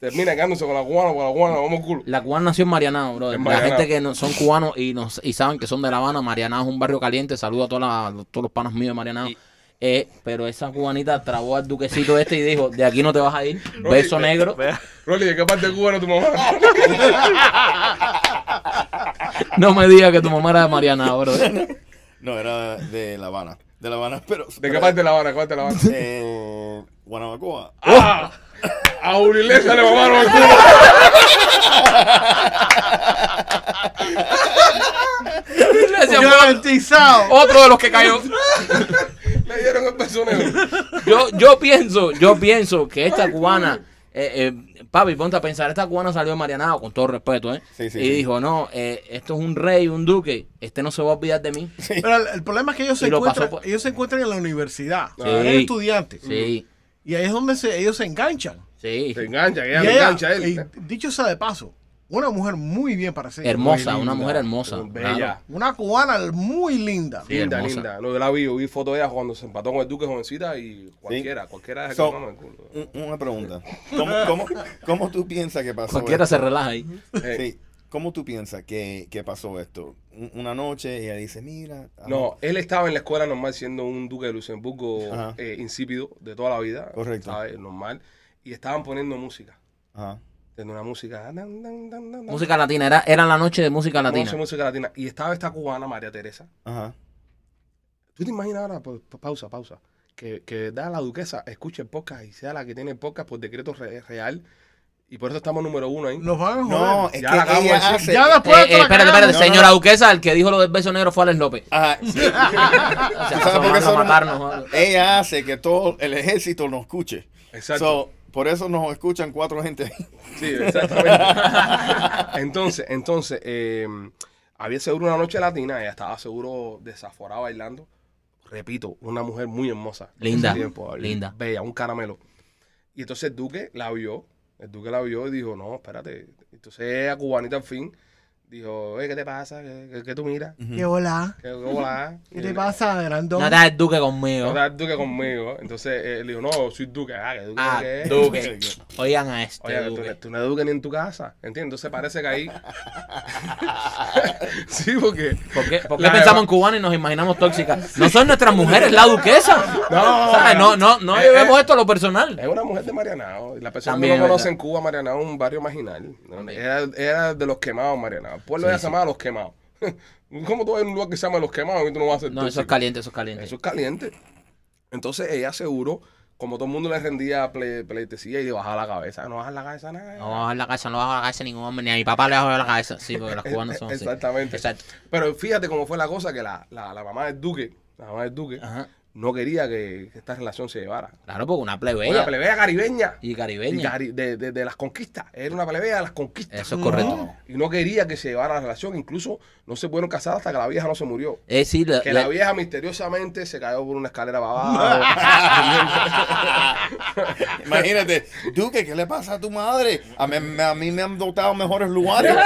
[SPEAKER 1] termina quedándose con la cubana, con la cubana, vamos culo.
[SPEAKER 3] La cubana nació en Marianao, bro.
[SPEAKER 1] En
[SPEAKER 3] La
[SPEAKER 1] Marianao.
[SPEAKER 3] gente que no, son cubanos y, nos, y saben que son de La Habana, Marianao es un barrio caliente. Saludo a toda la- todos los panos míos de Marianao. Eh, pero esa cubanita trabó al duquecito este y dijo, de aquí no te vas a ir, beso negro.
[SPEAKER 1] Rolly, ¿de qué parte de Cuba era tu mamá?
[SPEAKER 3] No me digas que tu mamá era de Marianao, bro.
[SPEAKER 5] No, era de La Habana. De La Habana, pero.
[SPEAKER 1] ¿De qué parte de La Habana? ¿Qué parte de La Habana?
[SPEAKER 5] Eh, Guanabacoa.
[SPEAKER 1] ¡Ah! A Julio Iglesias le mamaron el culo.
[SPEAKER 3] Iglesias fue
[SPEAKER 4] Garantizado.
[SPEAKER 3] Otro de los que cayó.
[SPEAKER 1] Le dieron el beso negro.
[SPEAKER 3] Yo, yo pienso, yo pienso que esta cubana, eh, eh, papi, ponte a pensar, esta cubana salió de Marianao, con todo respeto, ¿eh?
[SPEAKER 5] Sí, sí,
[SPEAKER 3] y
[SPEAKER 5] sí.
[SPEAKER 3] dijo, no, eh, esto es un rey, un duque, este no se va a olvidar de mí.
[SPEAKER 4] Pero el, el problema es que ellos se,
[SPEAKER 3] Y lo
[SPEAKER 4] encuentran,
[SPEAKER 3] pasó por-
[SPEAKER 4] ellos se encuentran en la universidad.
[SPEAKER 3] Sí.
[SPEAKER 4] Eran estudiantes.
[SPEAKER 3] Sí,
[SPEAKER 4] Y ahí es donde se- ellos se enganchan.
[SPEAKER 3] sí.
[SPEAKER 1] Se engancha, que
[SPEAKER 4] Y
[SPEAKER 1] ella le
[SPEAKER 4] ella-
[SPEAKER 1] engancha a él.
[SPEAKER 4] y dicho sea de paso, una mujer muy bien parecida.
[SPEAKER 3] Hermosa, una
[SPEAKER 1] linda,
[SPEAKER 3] mujer hermosa.
[SPEAKER 1] bella.
[SPEAKER 3] claro.
[SPEAKER 4] Una cubana muy linda.
[SPEAKER 3] Sí.
[SPEAKER 1] Linda,
[SPEAKER 3] hermosa.
[SPEAKER 1] linda. No, yo la vi, yo vi foto de ella cuando se empató con el Duque jovencita y cualquiera, cualquiera es el que
[SPEAKER 5] So-
[SPEAKER 1] le mama el culo.
[SPEAKER 5] Un- Una pregunta. ¿Cómo, cómo, cómo tú piensas que pasó
[SPEAKER 3] Cualquiera
[SPEAKER 5] esto?
[SPEAKER 3] se relaja ahí.
[SPEAKER 1] Eh,
[SPEAKER 5] Sí. ¿Cómo tú piensas que, que pasó esto? Un- Una noche ella dice, mira. ah,
[SPEAKER 1] No, él estaba en la escuela normal siendo un Duque de Luxemburgo
[SPEAKER 5] Ajá.
[SPEAKER 1] eh, insípido de toda la vida.
[SPEAKER 5] Correcto.
[SPEAKER 1] ¿sabes? Normal. Y estaban poniendo música.
[SPEAKER 5] Ajá.
[SPEAKER 1] Teniendo una música. dan, dan, dan, dan, dan.
[SPEAKER 3] Música latina, era, era la noche de música latina. Eh,
[SPEAKER 1] Música, música latina. Y estaba esta cubana, María Teresa.
[SPEAKER 5] Ajá.
[SPEAKER 1] ¿Tú te imaginas ahora, Pues, pa- pa- pausa, pausa, que, que de verdad la duquesa escuche el podcast y sea la que tiene el podcast por decreto re- real? Y por eso estamos número uno ahí.
[SPEAKER 4] Nos van a joder.
[SPEAKER 5] No, es
[SPEAKER 1] Ya
[SPEAKER 5] que
[SPEAKER 1] la acabo de
[SPEAKER 5] ella
[SPEAKER 1] decir.
[SPEAKER 5] hace.
[SPEAKER 4] ya
[SPEAKER 3] Eh,
[SPEAKER 4] después
[SPEAKER 3] eh,
[SPEAKER 4] de la
[SPEAKER 3] espérate,
[SPEAKER 4] cagada,
[SPEAKER 3] espérate,
[SPEAKER 5] No, no,
[SPEAKER 3] señora Duquesa, el que dijo lo del beso negro fue Alex López.
[SPEAKER 5] Ajá, sí.
[SPEAKER 3] O sea,
[SPEAKER 5] sabes por
[SPEAKER 3] van
[SPEAKER 5] qué
[SPEAKER 3] a
[SPEAKER 5] son-
[SPEAKER 3] matarnos. o algo.
[SPEAKER 5] ella hace que todo el ejército nos escuche.
[SPEAKER 1] Exacto.
[SPEAKER 5] So, por eso nos escuchan cuatro gente.
[SPEAKER 1] Sí, exactamente. entonces, entonces, eh, había seguro una noche latina, ella estaba seguro desaforada bailando. Repito, una mujer muy hermosa. en
[SPEAKER 3] Linda,
[SPEAKER 1] ese tiempo,
[SPEAKER 3] linda.
[SPEAKER 1] Bella, un caramelo. Y entonces el duque la vio, el duque la vio y dijo, no, espérate. Entonces ella, cubanita al fin, dijo, "Eh, ¿qué te pasa? ¿Qué, qué- qué tú miras?
[SPEAKER 4] ¿Qué hola?
[SPEAKER 1] ¿Qué, qué volá?"
[SPEAKER 4] ¿Qué
[SPEAKER 1] Y
[SPEAKER 4] te
[SPEAKER 1] él,
[SPEAKER 4] pasa,
[SPEAKER 3] No
[SPEAKER 4] Grandón?
[SPEAKER 3] te el duque conmigo.
[SPEAKER 1] No te hagas duque conmigo. Entonces eh, le dijo, no, soy duque. Ah, que duque.
[SPEAKER 3] Ah,
[SPEAKER 1] ¿qué es?
[SPEAKER 3] duque. Oigan a este
[SPEAKER 1] Oye, que tú,
[SPEAKER 3] duque.
[SPEAKER 1] no- tú no eduques ni en tu casa, ¿entiendes? Entonces parece que ahí... sí, porque...
[SPEAKER 3] ¿Por qué, por qué
[SPEAKER 1] La-
[SPEAKER 3] pensamos en cubanos y nos imaginamos tóxicas? No son nuestras mujeres, la duquesa.
[SPEAKER 1] No,
[SPEAKER 3] ¿Sabes? no, no, no
[SPEAKER 1] Eh,
[SPEAKER 3] llevemos
[SPEAKER 1] eh.
[SPEAKER 3] esto a lo personal.
[SPEAKER 1] Es una mujer de Marianao. y La persona
[SPEAKER 3] También
[SPEAKER 1] que no
[SPEAKER 3] es
[SPEAKER 1] conoce
[SPEAKER 3] verdad.
[SPEAKER 1] en Cuba, Marianao es un barrio marginal. Era, era de los quemados, Marianao. El pueblo ya se llamaba Los Quemados. ¿Cómo tú vas a ir a un lugar que se llama Los Quemados y tú no vas a ser
[SPEAKER 3] No, eso es
[SPEAKER 1] tóxico?
[SPEAKER 3] caliente, eso es caliente.
[SPEAKER 1] Eso es caliente. Entonces ella seguro, como todo el mundo le rendía ple- pleitesía y le bajaba la cabeza. No bajas la cabeza nada.
[SPEAKER 3] No bajar la cabeza, no bajar la cabeza ningún hombre, ni a mi papá le bajo la cabeza. Sí, porque las cubanas son así.
[SPEAKER 1] E- Exactamente.
[SPEAKER 3] Exacto.
[SPEAKER 1] Pero fíjate cómo fue la cosa que la, la, la mamá del duque, la mamá del duque,
[SPEAKER 3] Ajá.
[SPEAKER 1] no quería que, que esta relación se llevara.
[SPEAKER 3] Claro, porque una plebeya.
[SPEAKER 1] Una plebeya caribeña.
[SPEAKER 3] Y caribeña.
[SPEAKER 1] Y cari- de, de- de las conquistas. Era una plebeya de las conquistas.
[SPEAKER 3] Eso es correcto.
[SPEAKER 1] Y no quería que se llevara la relación. Incluso no se pudieron casar hasta que la vieja no se murió.
[SPEAKER 3] Es decir, la-
[SPEAKER 1] Que
[SPEAKER 3] la-
[SPEAKER 1] la vieja misteriosamente se cayó por una escalera para abajo.
[SPEAKER 5] Imagínate, Duque, ¿qué le pasa a tu madre? A mí, me- a mí me han dotado mejores lugares.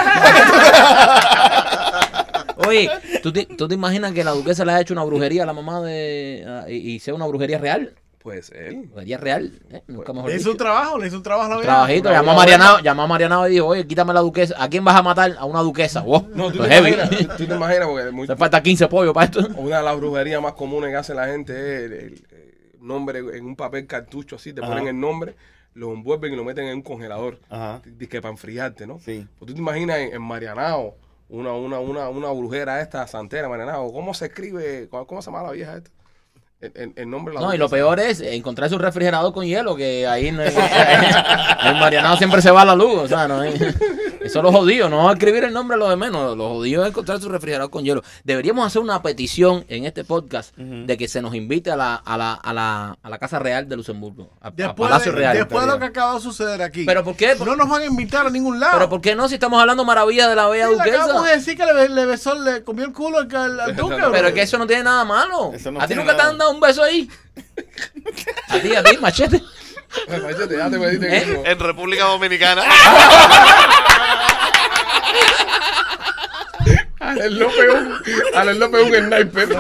[SPEAKER 3] oye, ¿tú te, tú te imaginas que la duquesa le ha hecho una brujería a la mamá de a- y, y sea una brujería real?
[SPEAKER 1] pues él.
[SPEAKER 3] Brujería real, ¿eh? Nunca mejor
[SPEAKER 4] Le hizo un
[SPEAKER 3] dicho.
[SPEAKER 4] trabajo, le hizo un trabajo a la
[SPEAKER 3] Un
[SPEAKER 4] vida.
[SPEAKER 3] trabajito,
[SPEAKER 1] una
[SPEAKER 3] llamó a
[SPEAKER 1] buena
[SPEAKER 3] Marianao, llamó a Marianao y dijo, oye, quítame la duquesa. ¿A quién vas a matar? A una duquesa. Wow,
[SPEAKER 1] No, tú
[SPEAKER 3] esto es
[SPEAKER 1] te,
[SPEAKER 3] Pues heavy.
[SPEAKER 1] imaginas, tú, tú te imaginas, porque muy-
[SPEAKER 3] Te falta 15 pollos para esto.
[SPEAKER 1] una de las brujerías más comunes que hace la gente es el, el- el nombre en un papel cartucho así, te
[SPEAKER 5] Ajá.
[SPEAKER 1] ponen el nombre, lo envuelven y lo meten en un congelador.
[SPEAKER 5] Ajá.
[SPEAKER 1] Dice para enfriarte, ¿no?
[SPEAKER 5] Sí.
[SPEAKER 1] Pues tú te imaginas en, en Marianao, una, una, una, una brujera esta, Santera, Marianao, ¿cómo se escribe? ¿Cómo, cómo se llama la vieja esta? El, el- el nombre de la
[SPEAKER 3] No, y lo
[SPEAKER 1] bruja.
[SPEAKER 3] peor es encontrar su refrigerador con hielo, que ahí no- en Marianao siempre se va la luz, o sea, no hay- Eso lo jodido, no va a escribir el nombre lo de menos, lo jodido es encontrar su refrigerador con hielo. Deberíamos hacer una petición en este podcast de que se nos invite a la, a la, a la, a la Casa Real de Luxemburgo, a, a
[SPEAKER 4] Después,
[SPEAKER 3] Palacio
[SPEAKER 4] de,
[SPEAKER 3] Real.
[SPEAKER 4] después de lo que acaba de suceder aquí.
[SPEAKER 3] ¿Pero por qué?
[SPEAKER 4] No nos van a invitar a ningún lado.
[SPEAKER 3] Pero ¿por qué no si estamos hablando maravilla de la bella
[SPEAKER 4] Sí, le acabamos de
[SPEAKER 3] duquesa?
[SPEAKER 4] decir que le, le besó, le comió el culo al, al- al duque, bro.
[SPEAKER 3] Pero es que eso no tiene nada malo.
[SPEAKER 5] Eso no
[SPEAKER 3] ¿A ti
[SPEAKER 5] tiene
[SPEAKER 3] nunca te
[SPEAKER 5] nada.
[SPEAKER 3] han dado un beso ahí? A ti, a ti, machete.
[SPEAKER 1] Machete, ya te pediste que
[SPEAKER 3] ¿Eh?
[SPEAKER 1] eso-
[SPEAKER 6] En República Dominicana.
[SPEAKER 1] Ah, Alex López un, Alex López un sniper.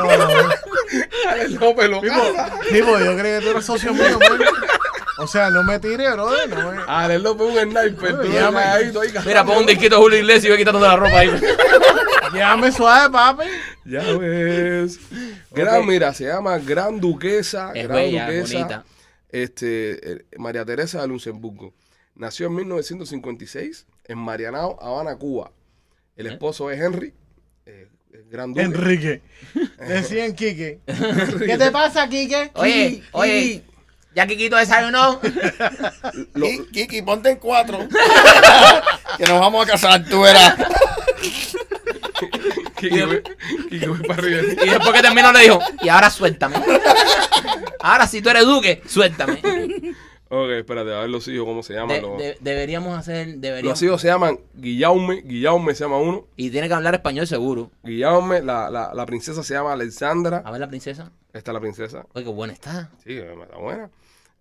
[SPEAKER 1] Alex López lo caza.
[SPEAKER 4] Tipo, yo creo que tú eres socio mío, bro. O sea, no me tires, brother. No me...
[SPEAKER 1] Alex López un sniper. Tú
[SPEAKER 4] Llame.
[SPEAKER 1] ahí, tú ahí
[SPEAKER 3] Mira,
[SPEAKER 1] cazando.
[SPEAKER 3] pon un disquito a Julio Iglesias y ve quitándote la ropa ahí.
[SPEAKER 4] Llévame suave, papi.
[SPEAKER 1] Ya ves. Gran, mira, se llama Gran Duquesa.
[SPEAKER 3] Es
[SPEAKER 1] Gran
[SPEAKER 3] bella, es
[SPEAKER 1] Duquesa.
[SPEAKER 3] bonita.
[SPEAKER 1] Este, eh, María Teresa de Luxemburgo. Nació en 1956 en Marianao, Habana, Cuba. El esposo es Henry. eh, el Gran Duque.
[SPEAKER 4] Enrique. Decían Quique. ¿Qué te pasa, Quique?
[SPEAKER 3] Oye, oye, ya Kikito desayunó.
[SPEAKER 1] Lo-
[SPEAKER 5] Ki- Kiki, ponte en cuatro. que nos vamos a casar, tú verás.
[SPEAKER 1] Kike, ve- Kike, ve para arriba.
[SPEAKER 3] Y después que terminó le dijo, y ahora suéltame. Ahora si tú eres duque, suéltame.
[SPEAKER 1] Ok, espérate, a ver los hijos, ¿cómo se llaman?
[SPEAKER 3] De-
[SPEAKER 1] los,
[SPEAKER 3] de- deberíamos hacer,
[SPEAKER 1] los
[SPEAKER 3] deberíamos.
[SPEAKER 1] hijos se llaman Guillaume, Guillaume se llama uno.
[SPEAKER 3] Y tiene que hablar español seguro.
[SPEAKER 1] Guillaume, la, la, la princesa se llama
[SPEAKER 3] A
[SPEAKER 1] Alexandra.
[SPEAKER 3] ver la princesa.
[SPEAKER 1] Esta es la princesa.
[SPEAKER 3] Oye, qué buena está.
[SPEAKER 1] Sí, está buena.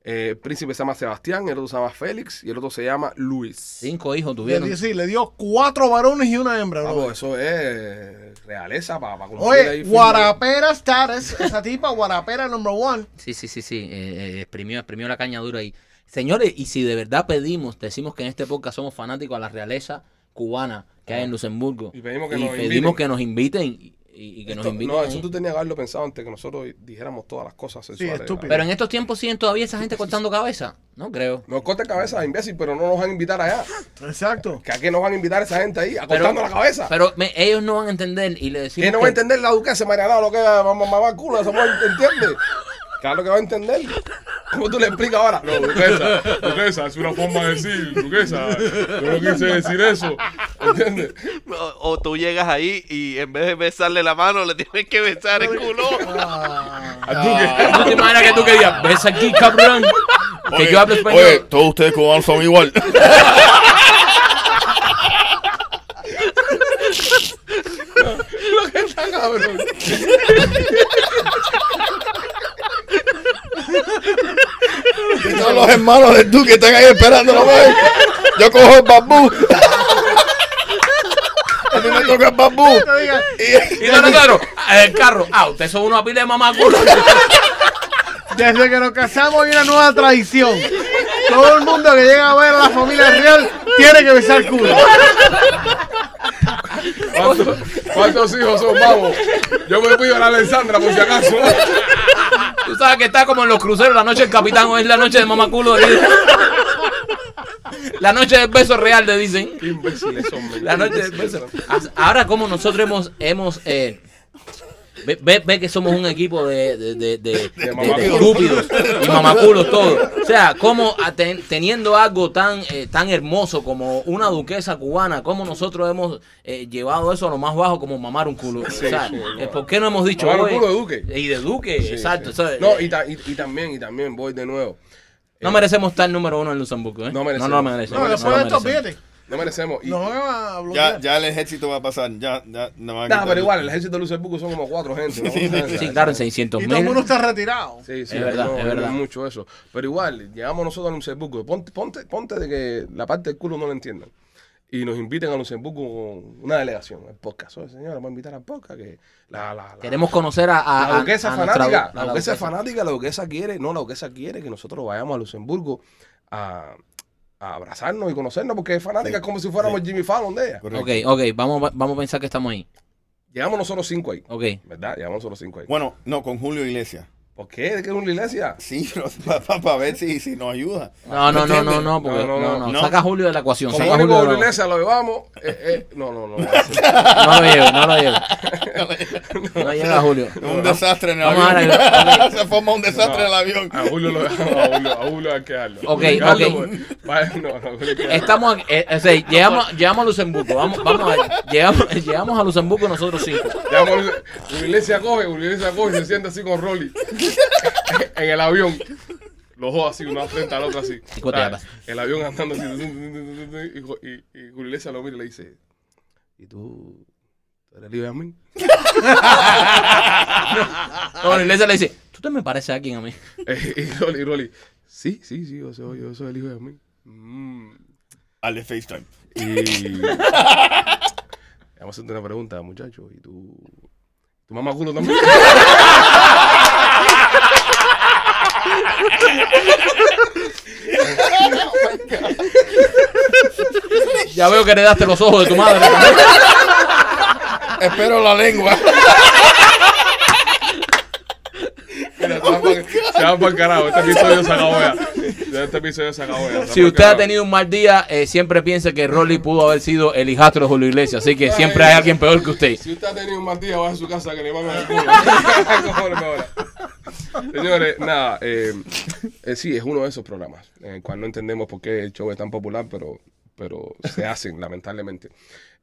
[SPEAKER 1] Eh, el príncipe se llama Sebastián, el otro se llama Félix y el otro se llama Luis.
[SPEAKER 3] Cinco hijos
[SPEAKER 4] Le
[SPEAKER 3] tuvieron.
[SPEAKER 4] dio, sí, le dio cuatro varones y una hembra,
[SPEAKER 3] Ah,
[SPEAKER 1] Vamos,
[SPEAKER 4] bro.
[SPEAKER 1] Ah, pues eso es realeza para pa cumplir ahí
[SPEAKER 4] Oye,
[SPEAKER 1] firme.
[SPEAKER 4] guarapera status. Esa tipa, guarapera number one.
[SPEAKER 3] Sí, sí, sí, sí. eh, eh, exprimió, exprimió la caña dura ahí. Señores, y si de verdad pedimos, decimos que en este podcast somos fanáticos a la realeza cubana que hay en Luxemburgo.
[SPEAKER 1] Ah. Y pedimos que nos
[SPEAKER 3] pedimos
[SPEAKER 1] inviten.
[SPEAKER 3] que nos inviten y, y que nos
[SPEAKER 1] Esto-
[SPEAKER 3] inviten.
[SPEAKER 1] No,
[SPEAKER 3] ahí.
[SPEAKER 1] eso tú tenías que haberlo pensado antes que nosotros dijéramos todas las cosas sexuales.
[SPEAKER 4] estúpido.
[SPEAKER 3] Pero en estos tiempos siguen todavía esa gente cortando cabeza. No creo.
[SPEAKER 1] Nos corta cabeza, imbécil, pero no nos van a invitar allá.
[SPEAKER 4] Exacto.
[SPEAKER 1] ¿Que ¿A qué nos van a invitar esa gente ahí? A cortarnos la cabeza.
[SPEAKER 3] Pero me- ellos no van a entender y le decimos.
[SPEAKER 1] ¿Quién no
[SPEAKER 3] que-
[SPEAKER 1] va a entender la duquesa Mariana lo que es mamá mamá culo? Esa mujer entiende. Claro que va a entender. ¿Cómo tú le explicas ahora? No, duquesa, duquesa, es una forma de decir, duquesa. Yo no quise decir eso. ¿Entiendes?
[SPEAKER 6] O, o tú llegas ahí y en vez de besarle la mano, le tienes que besar el culo.
[SPEAKER 1] Al duque.
[SPEAKER 3] ¿Tú te imaginas que tú querías? Ves aquí, cabrón. que yo hablo español.
[SPEAKER 5] Oye, todos ustedes cubanos son igual.
[SPEAKER 1] Lo que está cabrón.
[SPEAKER 5] Y todos los hermanos de tú que están ahí esperando. ¿no ves? Yo cojo el bambú. A mí me toca el bambú.
[SPEAKER 3] Y no, no, claro, el carro. Ah, ustedes son unos pila de mamaculos.
[SPEAKER 4] Desde que nos casamos hay una nueva tradición. Todo el mundo que llega a ver a la familia real tiene que besar culo.
[SPEAKER 1] ¿Cuántos, cuántos hijos son, vamos? Yo me pido a la Alessandra por si acaso.
[SPEAKER 3] Tú sabes que está como en los cruceros la noche del capitán o es la noche de mamaculo. La noche del beso real, le dicen.
[SPEAKER 1] Qué imbéciles son. men.
[SPEAKER 3] La noche del beso. Ahora, como nosotros hemos. hemos eh, ve, ve- ve que somos un equipo de, de, de, de- de- de
[SPEAKER 1] mamaculos.
[SPEAKER 3] estúpidos y mamaculos todos. O sea, como teniendo algo tan, eh, tan hermoso como una duquesa cubana, como nosotros hemos eh, llevado eso a lo más bajo como mamar un culo. O sea,
[SPEAKER 1] sí,
[SPEAKER 3] eh, ¿Por qué no hemos dicho
[SPEAKER 1] Mamar un
[SPEAKER 3] oye,
[SPEAKER 1] culo de Duque.
[SPEAKER 3] Y de Duque,
[SPEAKER 1] Sí,
[SPEAKER 3] exacto.
[SPEAKER 1] sí.
[SPEAKER 3] o sea,
[SPEAKER 1] No,
[SPEAKER 3] eh,
[SPEAKER 1] y, ta- y- y también, y también, voy de nuevo.
[SPEAKER 3] no merecemos estar número uno en Luxemburgo. ¿eh?
[SPEAKER 1] No merecemos.
[SPEAKER 3] No, no lo merecemos.
[SPEAKER 4] No,
[SPEAKER 3] no
[SPEAKER 4] después
[SPEAKER 3] lo
[SPEAKER 4] de esto,
[SPEAKER 3] merecemos.
[SPEAKER 4] fíjate.
[SPEAKER 1] No merecemos. Y,
[SPEAKER 4] Nos van a
[SPEAKER 5] Ya,
[SPEAKER 4] bloquear.
[SPEAKER 5] ya el ejército va a pasar. Ya, ya, no van a
[SPEAKER 1] Nah,
[SPEAKER 5] quitar-
[SPEAKER 1] pero igual, el ejército de Luxemburgo son como cuatro gente. ¿no?
[SPEAKER 3] Sí, claro, en 600
[SPEAKER 4] Y todo el
[SPEAKER 3] mil.
[SPEAKER 4] mundo está retirado.
[SPEAKER 1] Sí, sí,
[SPEAKER 3] Es verdad,
[SPEAKER 1] no,
[SPEAKER 3] es
[SPEAKER 1] no
[SPEAKER 3] verdad.
[SPEAKER 1] mucho eso. Pero igual, llegamos nosotros a Luxemburgo. Ponte, ponte, ponte de que la parte del culo no la entiendan. Y nos inviten a Luxemburgo con una delegación, el podcast. Oye, señora, vamos a invitar al podcast. Que la, la, la-
[SPEAKER 3] Queremos conocer a, a,
[SPEAKER 1] la
[SPEAKER 3] a-
[SPEAKER 1] duquesa
[SPEAKER 3] a nuestra-
[SPEAKER 1] fanática.
[SPEAKER 3] a
[SPEAKER 1] la duquesa
[SPEAKER 3] duquesa.
[SPEAKER 1] fanática, la duquesa quiere. No, la duquesa quiere que nosotros vayamos a Luxemburgo a, a abrazarnos y conocernos porque es fanática como si fuéramos Jimmy Fallon de ella.
[SPEAKER 5] Correcto.
[SPEAKER 3] Ok, ok, vamos, vamos a pensar que estamos ahí.
[SPEAKER 1] Llegamos nosotros cinco ahí.
[SPEAKER 3] Ok.
[SPEAKER 1] ¿Verdad? Llegamos nosotros cinco ahí.
[SPEAKER 5] Bueno, no, con Julio Iglesias.
[SPEAKER 1] ¿Por qué? ¿De qué es una iglesia?
[SPEAKER 5] Sí, para ver si, si nos ayuda.
[SPEAKER 3] No, no, no, no,
[SPEAKER 5] ¿Entiendes?
[SPEAKER 3] no, porque,
[SPEAKER 1] No,
[SPEAKER 3] no,
[SPEAKER 1] no,
[SPEAKER 3] no,
[SPEAKER 1] no,
[SPEAKER 5] no.
[SPEAKER 3] Saca a Julio de la ecuación.
[SPEAKER 1] Como
[SPEAKER 3] Saca a
[SPEAKER 1] único
[SPEAKER 3] Julio
[SPEAKER 1] de
[SPEAKER 3] de la
[SPEAKER 1] una iglesia
[SPEAKER 3] ecuación.
[SPEAKER 1] lo llevamos. eh, eh, no, no, no.
[SPEAKER 3] No lo llevo, no lo llevo. No llega a Julio.
[SPEAKER 5] Es un desastre en el
[SPEAKER 3] Vamos a Ah,
[SPEAKER 5] avión.
[SPEAKER 3] arreglar-
[SPEAKER 5] Se forma un desastre en el avión.
[SPEAKER 1] A Julio lo dejamos, a Julio, a Julio hay que dejarlo.
[SPEAKER 3] Ok,
[SPEAKER 1] Dejarlo,
[SPEAKER 3] ok.
[SPEAKER 1] pues. Vaya, no, no, Julio hay que dejarlo.
[SPEAKER 3] Estamos aquí, eh, eh, sí, llegamos, llegamos a Luxemburgo. Vamos, vamos a, llegamos, llegamos a Luxemburgo nosotros cinco.
[SPEAKER 1] Llamo a Julio- Julio Iglesias coge, Julio Iglesias coge y se sienta así con Rolly en el avión. Los dos así, una frente al otro así.
[SPEAKER 3] ¿Y cuánto
[SPEAKER 1] ¿Sabes?
[SPEAKER 3] llevas?
[SPEAKER 1] El avión andando así. y jo- Y, y Julio Iglesias lo mira y le dice: ¿Y tú? ¿Tú eres libre a mí?
[SPEAKER 3] No, la iglesia le dice, tú te me pareces a alguien a mí.
[SPEAKER 1] Eh, y Rolly, y Rolly, sí, sí, sí, yo soy, yo soy el hijo de mí. Mm.
[SPEAKER 5] Al de FaceTime.
[SPEAKER 1] Y. Llegamos hacerte una pregunta, muchacho. ¿Y tú? ¿Tu mamá culo también?
[SPEAKER 3] Ya veo que heredaste los ojos de tu madre.
[SPEAKER 5] Espero la lengua.
[SPEAKER 1] Mira, se van pa'l- se van para el carajo. Este episodio se acabó ya. Este episodio se acabó ya.
[SPEAKER 3] Si usted ha tenido un mal día, eh, siempre piense que Rolly pudo haber sido el hijastro de Julio Iglesias. Así que siempre hay alguien peor que usted.
[SPEAKER 1] Si usted ha tenido un mal día, baja a su casa que le van a dar culo. Como le ahora. Señores, nada, eh, eh, sí, es uno de esos programas en el cual no entendemos por qué el show es tan popular, pero, pero se hacen, lamentablemente.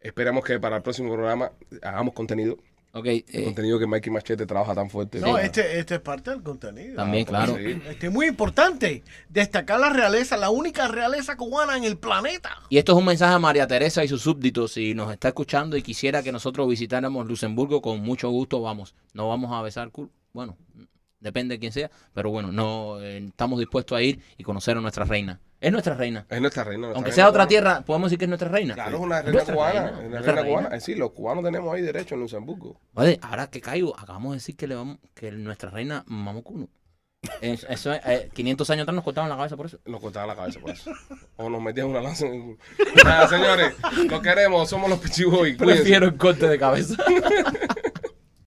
[SPEAKER 1] Esperamos que para el próximo programa hagamos contenido,
[SPEAKER 3] Ok, eh,
[SPEAKER 1] contenido que Mikey Machete trabaja tan fuerte.
[SPEAKER 7] No, este, este es parte del contenido.
[SPEAKER 3] también, claro.
[SPEAKER 1] Sí.
[SPEAKER 7] Este es muy importante destacar la realeza, la única realeza cubana en el planeta.
[SPEAKER 3] Y esto es un mensaje a María Teresa y sus súbditos. Si nos está escuchando y quisiera que nosotros visitáramos Luxemburgo, con mucho gusto vamos. No vamos a besar culo. Bueno, depende de quién sea, pero bueno, no eh, estamos dispuestos a ir y conocer a nuestra reina. Es nuestra reina.
[SPEAKER 1] Es nuestra reina. nuestra
[SPEAKER 3] Aunque
[SPEAKER 1] reina
[SPEAKER 3] sea otra
[SPEAKER 1] cubana.
[SPEAKER 3] tierra, podemos decir que es nuestra reina.
[SPEAKER 1] Claro, es una reina
[SPEAKER 3] Nuestra
[SPEAKER 1] cubana.
[SPEAKER 3] reina,
[SPEAKER 1] es una
[SPEAKER 3] nuestra
[SPEAKER 1] reina
[SPEAKER 3] reina.
[SPEAKER 1] cubana. Es decir, los cubanos tenemos ahí derecho en Luxemburgo.
[SPEAKER 3] Vale, ahora que caigo, acabamos de decir que le vamos, que nuestra reina mamó culo. Es- Eso es, eh, 500 años atrás nos cortaban la cabeza por eso.
[SPEAKER 1] Nos cortaban la cabeza por eso. O nos metían una lanza en el culo. Nada, señores, los queremos. Somos los Pichiboy. Cuídense.
[SPEAKER 3] Prefiero el corte de cabeza.